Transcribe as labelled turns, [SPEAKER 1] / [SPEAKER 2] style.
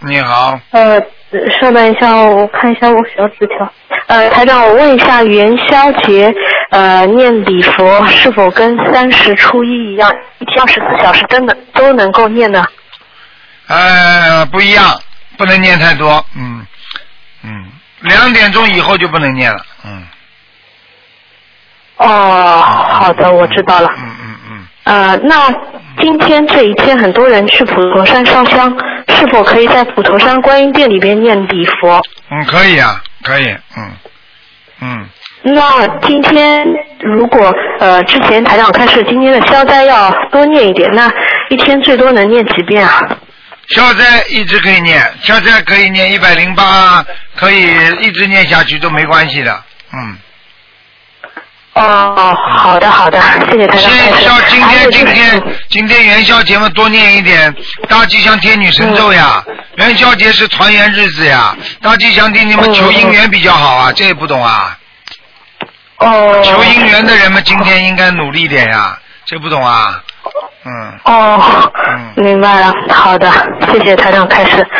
[SPEAKER 1] 你好，
[SPEAKER 2] 呃，稍等一下，我看一下我小纸条。呃，台长，我问一下，元宵节呃念礼佛是否跟三十初一一样，一天二十四小时真的都能够念呢？
[SPEAKER 1] 呃，不一样，不能念太多，嗯嗯，两点钟以后就不能念了，嗯。
[SPEAKER 2] 哦，好的，我知道了。
[SPEAKER 1] 嗯嗯嗯，
[SPEAKER 2] 呃，那今天这一天，很多人去普陀山烧香，是否可以在普陀山观音殿里边念礼佛？
[SPEAKER 1] 嗯，可以啊，可以，嗯嗯，
[SPEAKER 2] 那今天如果呃之前台长开始今天的消灾要多念一点，那一天最多能念几遍啊？
[SPEAKER 1] 消灾一直可以念，消灾可以念一百零八，可以一直念下去都没关系的，嗯。
[SPEAKER 2] 哦，好的好的，谢谢台长开
[SPEAKER 1] 是
[SPEAKER 2] 始。
[SPEAKER 1] 要今
[SPEAKER 2] 还有
[SPEAKER 1] 天
[SPEAKER 2] 就
[SPEAKER 1] 今
[SPEAKER 2] 是
[SPEAKER 1] 天今天元宵节嘛，多念一点大吉祥天女神咒呀。元宵节是团圆日子呀，大吉祥天你们
[SPEAKER 2] 嗯
[SPEAKER 1] 求姻缘比较好啊，这也不懂啊。
[SPEAKER 2] 哦，
[SPEAKER 1] 求姻缘的人们今天应该努力一点呀，这不懂啊。嗯，
[SPEAKER 2] 哦，
[SPEAKER 1] 嗯
[SPEAKER 2] 明白了，好的，谢谢台长开始。